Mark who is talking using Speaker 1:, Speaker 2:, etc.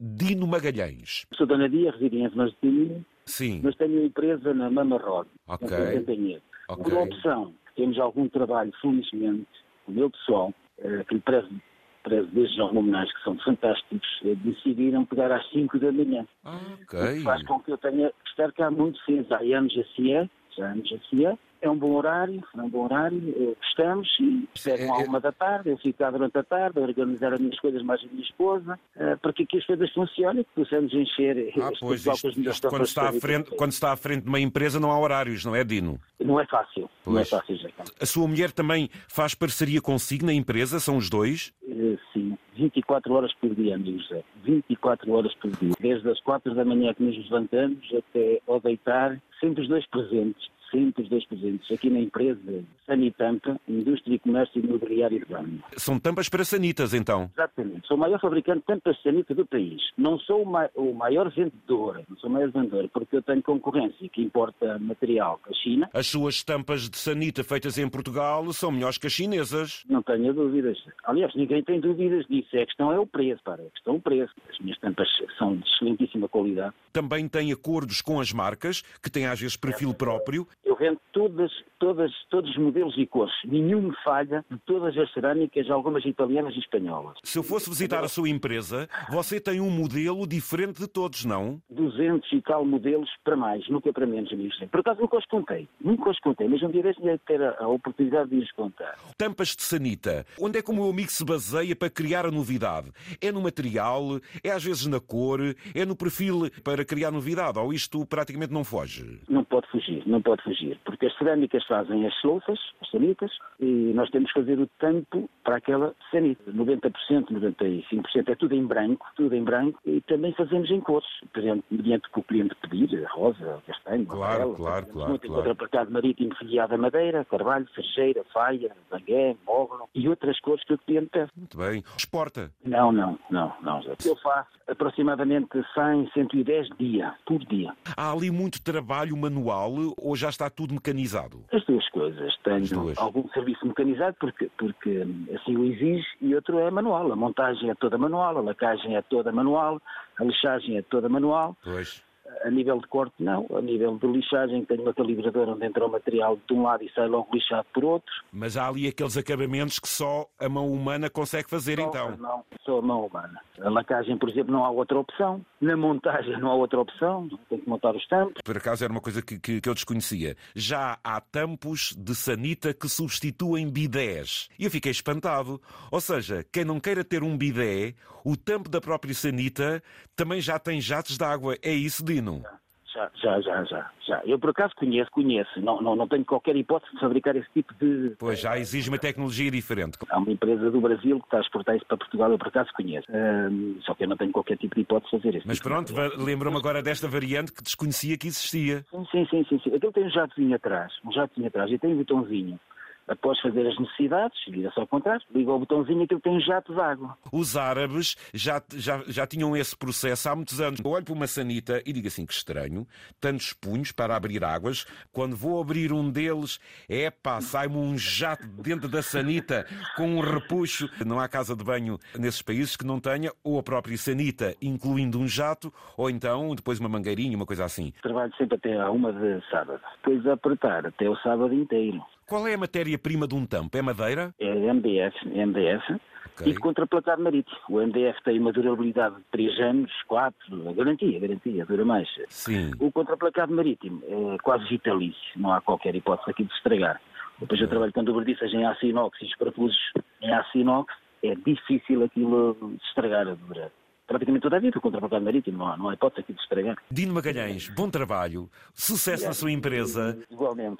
Speaker 1: Dino Magalhães.
Speaker 2: Sou Dona Dia, residente mas tenho,
Speaker 1: Sim,
Speaker 2: mas tenho uma empresa na Mamarró,
Speaker 1: Ok.
Speaker 2: em Cantanhede.
Speaker 1: ok.
Speaker 2: Por opção, temos algum trabalho, felizmente, o meu pessoal, eh, que lhe prezo, prezo desde já homenagem, que são fantásticos, eh, decidiram pegar às 5 da manhã.
Speaker 1: Ah,
Speaker 2: O
Speaker 1: ok.
Speaker 2: que faz com que eu tenha que estar cá muito cedo. Há anos assim é, já há anos assim é. É um bom horário, é um bom horário, eh, estamos e
Speaker 1: É,
Speaker 2: chegam à
Speaker 1: é-
Speaker 2: uma da tarde, eu fico cá durante a tarde a organizar as minhas coisas mais a minha esposa, eh, para que aqui as coisas funcionem, que possamos encher
Speaker 1: Ah,
Speaker 2: este
Speaker 1: pois,
Speaker 2: pessoal
Speaker 1: isto-
Speaker 2: com as melhores
Speaker 1: isto quando,
Speaker 2: tropas
Speaker 1: está à
Speaker 2: de serviço.
Speaker 1: frente, quando está à frente de uma empresa não há horários, não é, Dino?
Speaker 2: Não é fácil, não é
Speaker 1: Pois.
Speaker 2: fácil, Jacob.
Speaker 1: A sua mulher também faz parceria consigo na empresa? São os dois?
Speaker 2: Eh, Sim, 24 horas por dia, amigo José. 24 horas por dia. Desde as 4 da manhã que nos levantamos até ao deitar, sempre os dois presentes. Sempre os dois presentes. Aqui na empresa Sanitampa, Indústria e Comércio Imobiliário Urbano.
Speaker 1: São tampas para sanitas, então.
Speaker 2: Exatamente. Sou o maior fabricante de tampas de sanita do país. Não sou o, ma- o maior vendedor, não sou o maior vendedor, porque eu tenho concorrência que importa material da China.
Speaker 1: As suas tampas de sanita feitas em Portugal são melhores que as chinesas.
Speaker 2: Não tenho dúvidas. Aliás, ninguém tem dúvidas disso. A questão é o preço, para. A questão é o preço. As minhas tampas são de excelentíssima qualidade.
Speaker 1: Também tem acordos com as marcas, que têm às vezes perfil próprio.
Speaker 2: Eu vendo todas, todas, todos os modelos e cores. Nenhum me falha de todas as cerâmicas, algumas italianas e espanholas.
Speaker 1: Se eu fosse visitar a sua empresa, você tem um modelo diferente de todos, não?
Speaker 2: 200 e tal modelos para mais, nunca para menos, amigos. Por acaso nunca os contei, nunca os contei, mas um dia deste ia ter a, a oportunidade de os contar.
Speaker 1: Tampas de sanita. Onde é que o meu amigo se baseia para criar a novidade? É no material? É às vezes na cor? É no perfil para criar novidade? Ou isto praticamente não foge?
Speaker 2: Não pode fugir, não pode fugir, porque as cerâmicas fazem as louças, as sanitas, e nós temos que fazer o tampo para aquela sanita. 90%, 95% é tudo em branco, tudo em branco, e também fazemos em cores, por exemplo, mediante o que o cliente pedir, rosa, castanho,
Speaker 1: Claro,
Speaker 2: amarelo,
Speaker 1: claro,
Speaker 2: fazemos
Speaker 1: claro,
Speaker 2: muito
Speaker 1: claro.
Speaker 2: em contrapartado marítimo, filiado a madeira, carvalho, fecheira, faia, bangué, mogno, e outras cores que o cliente pede.
Speaker 1: Muito bem. Exporta.
Speaker 2: Não, não, não, não. Zé. Eu faço aproximadamente 100, 110 dia, por dia.
Speaker 1: Há ali muito trabalho manual ou já está tudo mecanizado?
Speaker 2: As duas coisas.
Speaker 1: As
Speaker 2: Tenho
Speaker 1: duas.
Speaker 2: algum serviço mecanizado, porque, porque hum, assim o exige, e outro é manual. A montagem é toda manual, a lacagem é toda manual, a lixagem é toda manual.
Speaker 1: Pois.
Speaker 2: A nível de corte, não. A nível de lixagem, tenho uma calibradora onde entra o material de um lado e sai logo lixado por outro.
Speaker 1: Mas há ali aqueles acabamentos que só a mão humana consegue fazer,
Speaker 2: Só a
Speaker 1: então.
Speaker 2: mão, só a mão humana. A lacagem, por exemplo, não há outra opção. Na montagem não há outra opção. Tem que montar os tampos.
Speaker 1: Por acaso era uma coisa que, que- que eu desconhecia. Já há tampos de sanita que substituem bidés. E eu fiquei espantado. Ou seja, quem não queira ter um bidé, o tampo da própria sanita também já tem jatos de água. É isso, Dino?
Speaker 2: Já, já, já, já, já. Eu por acaso conheço, conheço. Não, não, não tenho qualquer hipótese de fabricar esse tipo de.
Speaker 1: Pois, já exige uma tecnologia diferente.
Speaker 2: Há uma empresa do Brasil que está a exportar isso para Portugal, eu por acaso conheço. Ahm, só que eu não tenho qualquer tipo de hipótese de fazer isso.
Speaker 1: Mas pronto, va- lembro-me agora desta variante que desconhecia que existia.
Speaker 2: Sim, sim, sim, sim, sim. Aquilo tem um jatozinho atrás, um jatozinho atrás, e tem um botãozinho. Após fazer as necessidades, vira-se ao contrário, liga o botãozinho e aquilo tem um jato de água.
Speaker 1: Os árabes já, já, já tinham esse processo há muitos anos. Eu olho para uma sanita e digo assim: que estranho, tantos punhos para abrir águas. Quando vou abrir um deles, epá, sai-me um jato de dentro da sanita com um repuxo. Não há casa de banho nesses países que não tenha, ou a própria sanita, incluindo um jato, ou então depois uma mangueirinha, uma coisa assim.
Speaker 2: Trabalho sempre até à uma de sábado. Depois a apertar até o sábado inteiro.
Speaker 1: Qual é a matéria-prima de um tampo? É madeira?
Speaker 2: É MDF, MDF
Speaker 1: Ok.
Speaker 2: e de contraplacado marítimo. O MDF tem uma durabilidade de 3 anos, 4, a garantia, a garantia, dura mais.
Speaker 1: Sim.
Speaker 2: O contraplacado marítimo é quase vitalício, não há qualquer hipótese aqui de se estragar. Depois eu trabalho com dobradiças em aço inox e os parafusos em aço inox, é difícil aquilo de se estragar, dura praticamente toda a vida o contraplacado marítimo, não há, não há hipótese aqui de se estragar.
Speaker 1: Dino Magalhães, bom trabalho, sucesso na sua empresa.
Speaker 2: Igualmente.